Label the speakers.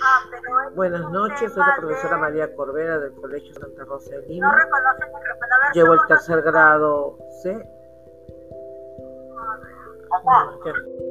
Speaker 1: Ah,
Speaker 2: Buenas noches, soy la profesora María Corbera del Colegio Santa Rosa de
Speaker 1: No
Speaker 2: Lima.
Speaker 1: reconoce microfonador.
Speaker 2: Llevo el tercer grado C.
Speaker 1: Papá.
Speaker 2: ¿Qué?